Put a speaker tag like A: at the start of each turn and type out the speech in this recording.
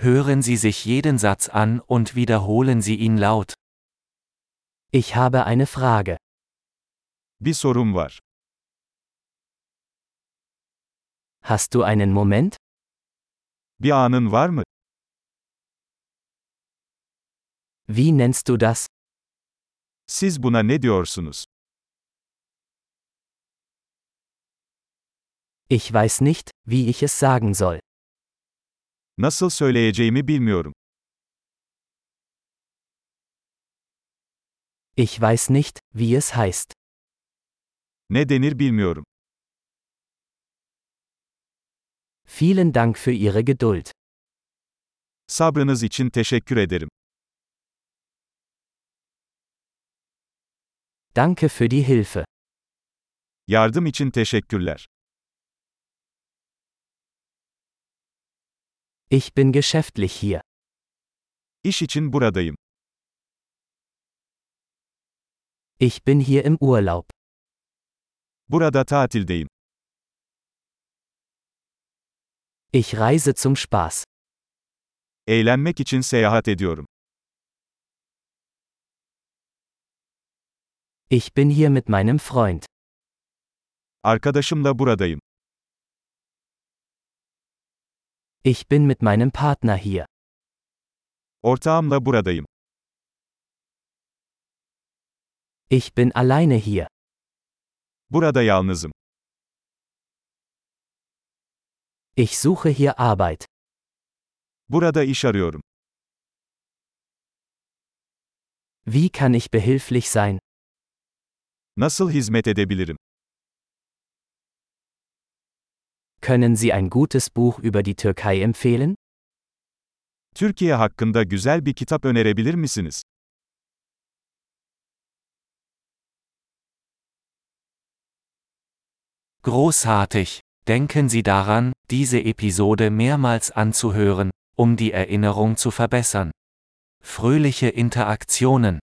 A: Hören Sie sich jeden Satz an und wiederholen Sie ihn laut.
B: Ich habe eine Frage.
C: Bir sorum var.
B: Hast du einen Moment?
C: Bir anın var mı?
B: Wie nennst du das?
C: Siz buna ne diyorsunuz?
B: Ich weiß nicht, wie ich es sagen soll.
C: Nasıl söyleyeceğimi bilmiyorum.
B: Ich weiß nicht, wie es heißt.
C: Ne denir bilmiyorum.
B: Vielen Dank für Ihre Geduld.
C: Sabrınız için teşekkür ederim.
B: Danke für die Hilfe.
C: Yardım için teşekkürler.
B: Ich bin geschäftlich hier.
C: İş için buradayım.
B: Ich bin hier im Urlaub.
C: Burada tatildeyim.
B: Ich reise zum Spaß.
C: Eğlenmek için seyahat ediyorum.
B: Ich bin hier mit meinem Freund.
C: Arkadaşımla buradayım.
B: Ich bin mit meinem Partner hier.
C: Ortağımla buradayım.
B: Ich bin alleine hier.
C: Burada yalnızım.
B: Ich suche hier Arbeit.
C: Burada iş arıyorum.
B: Wie kann ich behilflich sein?
C: Nasıl hizmet edebilirim?
B: Können Sie ein gutes Buch über die Türkei empfehlen?
C: Türkiye hakkında güzel bir kitap önerebilir misiniz?
A: Großartig! Denken Sie daran, diese Episode mehrmals anzuhören, um die Erinnerung zu verbessern. Fröhliche Interaktionen!